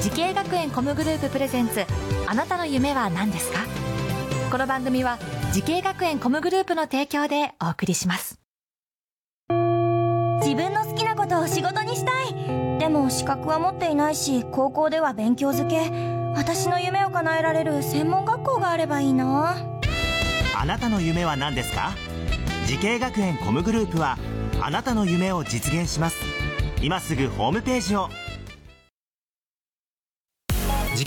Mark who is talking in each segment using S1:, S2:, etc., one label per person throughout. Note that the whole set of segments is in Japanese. S1: 時系学園コムグループプレゼンツあなたの夢は何ですかこの番組は時系学園コムグループの提供でお送りします
S2: 自分の好きなことを仕事にしたいでも資格は持っていないし高校では勉強づけ私の夢を叶えられる専門学校があればいいな
S3: あなたの夢は何ですか時系学園コムグループはあなたの夢を実現します今すぐホームページを
S4: 時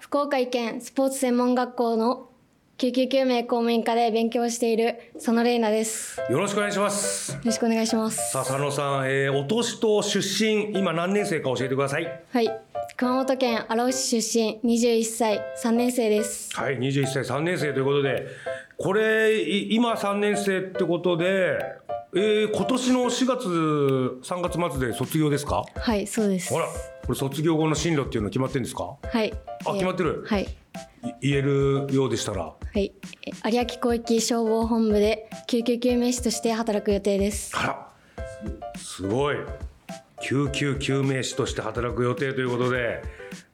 S5: 福岡医研スポーツ専門学校の救急救命公務員課で勉強している佐野玲奈です。よ
S4: よろしくお願いします
S5: ろしくお願いします。
S4: さあ佐野さん、えー、お年と出身今何年生か教えてください
S5: はい。熊本県荒尾市出身、21歳、3年生です。
S4: はい21歳3年生ということでこれい今3年生ってことで、えー、今年の4月3月末で卒業ですか
S5: はい、そうです。
S4: ほらこれ卒業後の進路っていうの決まってるんですか
S5: はい。
S4: あ決まってる
S5: はい。
S4: い言えるようでしたら
S5: はい。え有明広域消防本部で救急救命士として働く予定です。
S4: あらすごい救急救命士として働く予定ということで、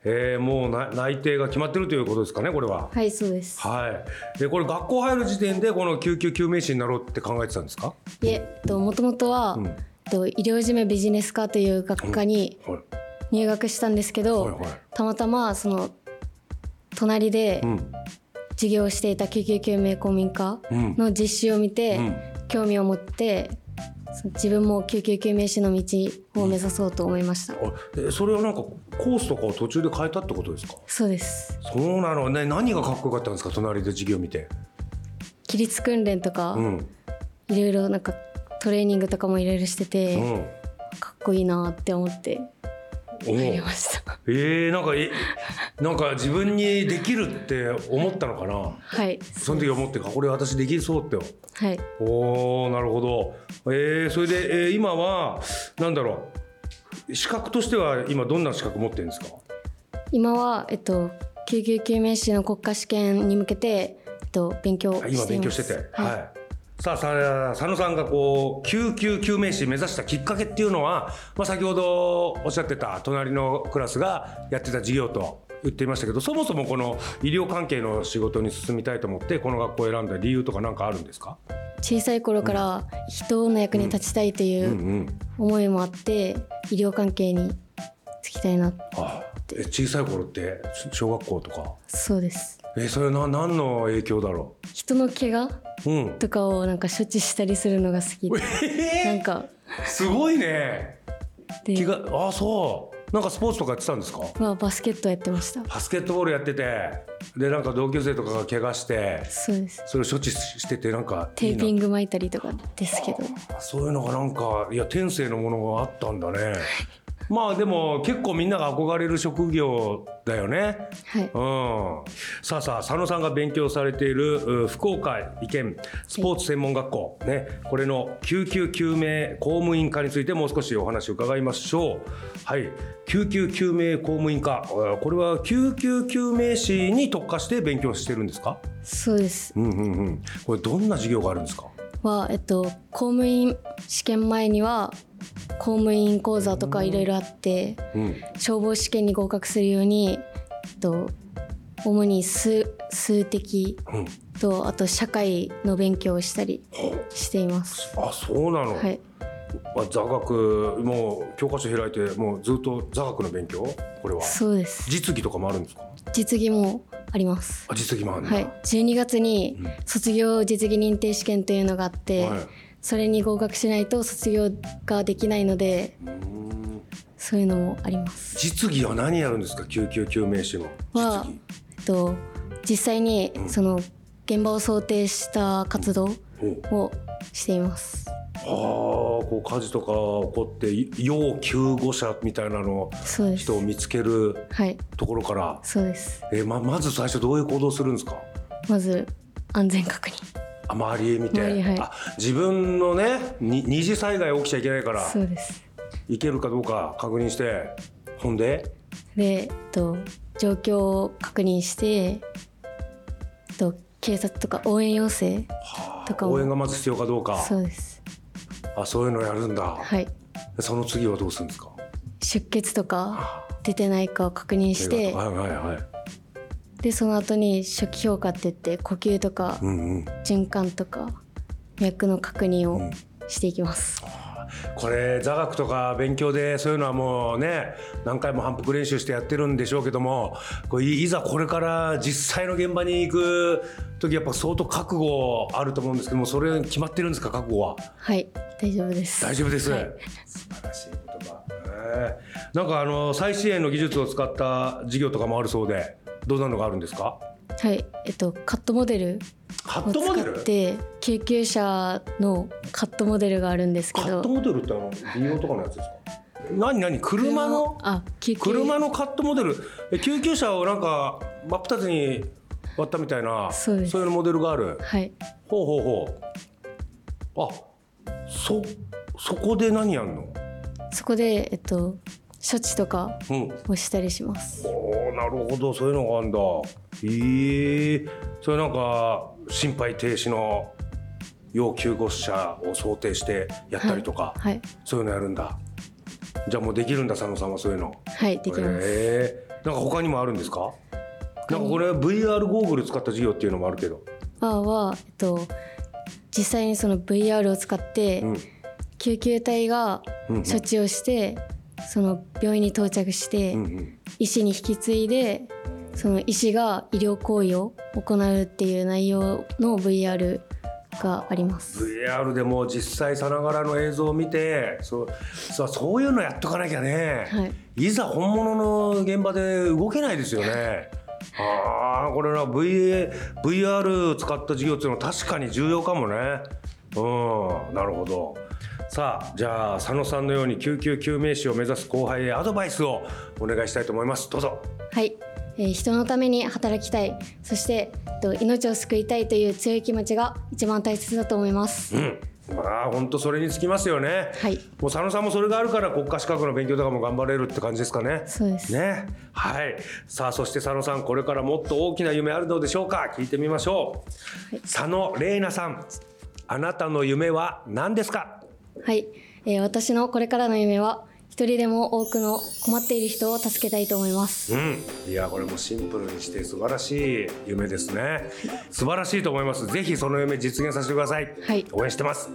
S4: えーもうな内定が決まってるということですかねこれは
S5: はい、そうです。
S4: はいでこれ学校入る時点でこの救急救命士になろうって考えてたんですか、
S5: いえ、もともとは、
S4: うん
S5: えっと医療事務ビジネス科という学科に、
S4: はい、
S5: 入学したんですけど、
S4: はいはい
S5: たまたまその隣で
S4: うん
S5: 授業をしていた救急救命公民課
S4: うん
S5: の実習を見て、
S4: うん
S5: 興味を持ってその自分も救急救命士の道を目指そうと思いました、
S4: あえそれはなんかコースとかを途中で変えたってことですか
S5: そうです
S4: そうなのね何がかっこよかったんですか隣で授業見て
S5: 規律訓練とか、
S4: うん
S5: いろいろなんかトレーニングとかもいろいろしてて、
S4: うん
S5: かっこいいなって思って
S4: おう
S5: 入りました
S4: えー、なんかえなんか自分にできるって思ったのかな
S5: はい
S4: その時思ってかこれ私できそうって
S5: はい
S4: おーなるほどえー、それで、えー今はなんだろう資格としては今どんな資格持ってるんですか
S5: 今は、えっと、救急救命士の国家試験に向けて、えっと、勉強しています
S4: 今勉強しててはい、
S5: はい
S4: さあさ佐野さんがこう救急救命士目指したきっかけっていうのは、まあ、先ほどおっしゃってた隣のクラスがやってた授業と言っていましたけどそもそもこの医療関係の仕事に進みたいと思ってこの学校を選んだ理由とか何かあるんですか、
S5: 小さい頃から人の役に立ちたいとい
S4: うん
S5: う
S4: うん、
S5: 思いもあって、医療関係に就きたいな
S4: あえ小さい頃ってし小学校とか
S5: そうです
S4: えそれな何の影響だろ
S5: 人の怪我
S4: ううん
S5: とかをなんか処置したりするのが好きでなんか
S4: すごいね
S5: で
S4: 気があそうなんかスポーツとかやってたんですか
S5: まあ、バスケットやってました
S4: バスケットボールやっててでなんか同級生とかが怪我して
S5: そうです
S4: それを処置ししててなんか
S5: テーピン
S4: グ
S5: グ巻いたりとかですけど
S4: そういうのがなんかいや天性のものがあったんだねまあでも結構みんなが憧れる職業だよね
S5: はい
S4: うん、さあさあ佐野さんが勉強されているう福岡医研スポーツ専門学校、ね、これの救急救命公務員課についてもう少しお話を伺いましょう、はい、救急救命公務員課あこれは救急救命士に特化して勉強してるんですか、
S5: そうです
S4: うんうんうん、これどんな授業があるんですか
S5: は、えっと、公務員試験前には公務員講座とかいろいろあって
S4: うん
S5: 消防試験に合格するように、えっと、主に数数的
S4: うん、
S5: とあと社会の勉強をしたりしています。
S4: あそうなの、
S5: はい、
S4: あ座学もう教科書開いてもうずっと座学の勉強これは
S5: そうです
S4: 実技とかもあるんですか
S5: 実技もあります。
S4: あ実技もあるんだ、
S5: はい、12月に卒業実技認定試験というのがあって、
S4: はい
S5: それに合格しないと卒業ができないのでそういうのもあります。
S4: 実技は何やるんですか救急救命士の
S5: は
S4: 実技、
S5: えっと、実際にその現場を想定した活動
S4: おう
S5: をしています。
S4: あああこう火事とか起こって要救護者みたいなの
S5: そうです
S4: 人を見つける
S5: はい
S4: ところから、
S5: そうです
S4: えーままず最初どういう行動するんですか
S5: まず安全確認
S4: あ周り見て、
S5: 周りはい
S4: あ自分のねに二次災害起きちゃいけないから
S5: そうです
S4: 行けるかどうか確認してほんで
S5: で、えっと、状況を確認して、えっと、警察とか応援要請とかを
S4: 応援がまず必要かどうか
S5: そうです
S4: あそういうのやるんだ、
S5: はい
S4: その次はどうするんですか
S5: 出血とか出てないかを確認し
S4: 映
S5: て
S4: 画とかはいはいはい
S5: でその後に初期評価って言って呼吸とか
S4: うんうん
S5: 循環とか脈の確認をしていきます、
S4: これ座学とか勉強でそういうのはもうね何回も反復練習してやってるんでしょうけどもこれいいざこれから実際の現場に行く時やっぱ相当覚悟あると思うんですけどもそれ決まってるんですか覚悟は
S5: はい大丈夫です
S4: 大丈夫です、
S5: はい
S4: 素晴らしい言葉、えーなんかあの再支援の技術を使った事業とかもあるそうでどんなのがあるんですか
S5: はいえっとカットモデル
S4: カ
S5: を
S4: ットモ
S5: 使
S4: デ
S5: っ
S4: ル
S5: て救急車のカットモデルがあるんですけ
S4: カッ
S5: ど
S4: トモデルってあの美容とかのやつですか何何車の
S5: あ救急
S4: 車のカットモデルえ救急車をなんか真っ二つに割ったみたいな
S5: そうです
S4: いうモデルがある
S5: はい
S4: ほうほうほうあそそこで何やんの
S5: そこで、えっと、処置とか
S4: うん
S5: をしたりします。
S4: おーなるほどそういうのがあるんだええそれなんか心肺停止の要救護者を想定してやったりとか、
S5: はい、
S4: そういうのやるんだじゃあもうできるんだ佐野さんはそういうの
S5: はい、できます。
S4: ええなんか他にもあるんですか
S5: に
S4: なんかこれ VR ゴーグル使った授業っていうのもあるけど、
S5: バーは、えっと、実際にその VR を使って、
S4: うん
S5: 救急隊が
S4: うんうん
S5: 処置をして、その病院に到着して、
S4: うんうん、
S5: 医師に引き継いで、その医師が医療行為を行うっていう内容の VR があります。
S4: VR でも実際さながらの映像を見てそうそうそういうのやっとかなきゃね、
S5: はい、
S4: い、ざ本物の現場で動けないですよね。あーこれな V VR を使った授業っていうのは確かに重要かもね。うんなるほど。さあじゃあ佐野さんのように救急救命士を目指す後輩へアドバイスをお願いしたいと思います。どうぞ。
S5: はい、えー人のために働きたいそして、えっと、命を救いたいという強い気持ちが一番大切だと思います、
S4: まあ本当それにつきますよね。
S5: はい
S4: もう佐野さんもそれがあるから国家資格の勉強とかも頑張れるって感じですかね。
S5: そうです
S4: ね。はい。さあそして佐野さんこれからもっと大きな夢あるのでしょうか。聞いてみましょう。佐野玲奈さん、あなたの夢は何ですか。
S5: はい、えー私のこれからの夢は一人でも多くの困っている人を助けたいと思います
S4: うん。いやこれもシンプルにして素晴らしい夢ですね。素晴らしいと思います。ぜひその夢実現させてください。
S5: はい
S4: 応援してます。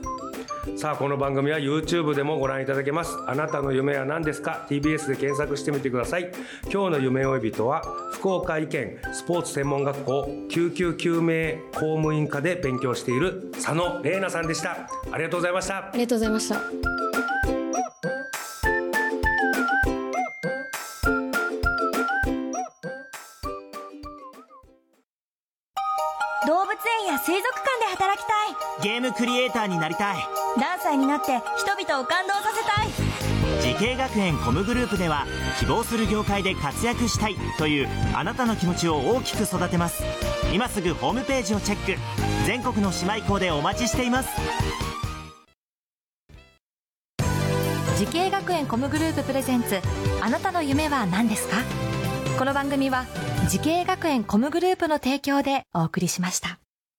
S4: さあこの番組は YouTube でもご覧いただけますあなたの夢は何ですか TBS で検索してみてください今日の夢追い人は福岡医研スポーツ専門学校救急救命公務員科で勉強している佐野玲奈さんでしたありがとうございました
S5: ありがとうございました
S2: 動物園や水族館で働きたい
S3: ゲームクリエイターになりたい
S2: 何歳になって人々を感動させたい
S3: 時系学園コムグループでは希望する業界で活躍したいというあなたの気持ちを大きく育てます今すぐホームページをチェック全国の姉妹校でお待ちしています
S1: 時系学園コムグループプレゼンツあなたの夢は何ですかこの番組は時系学園コムグループの提供でお送りしました。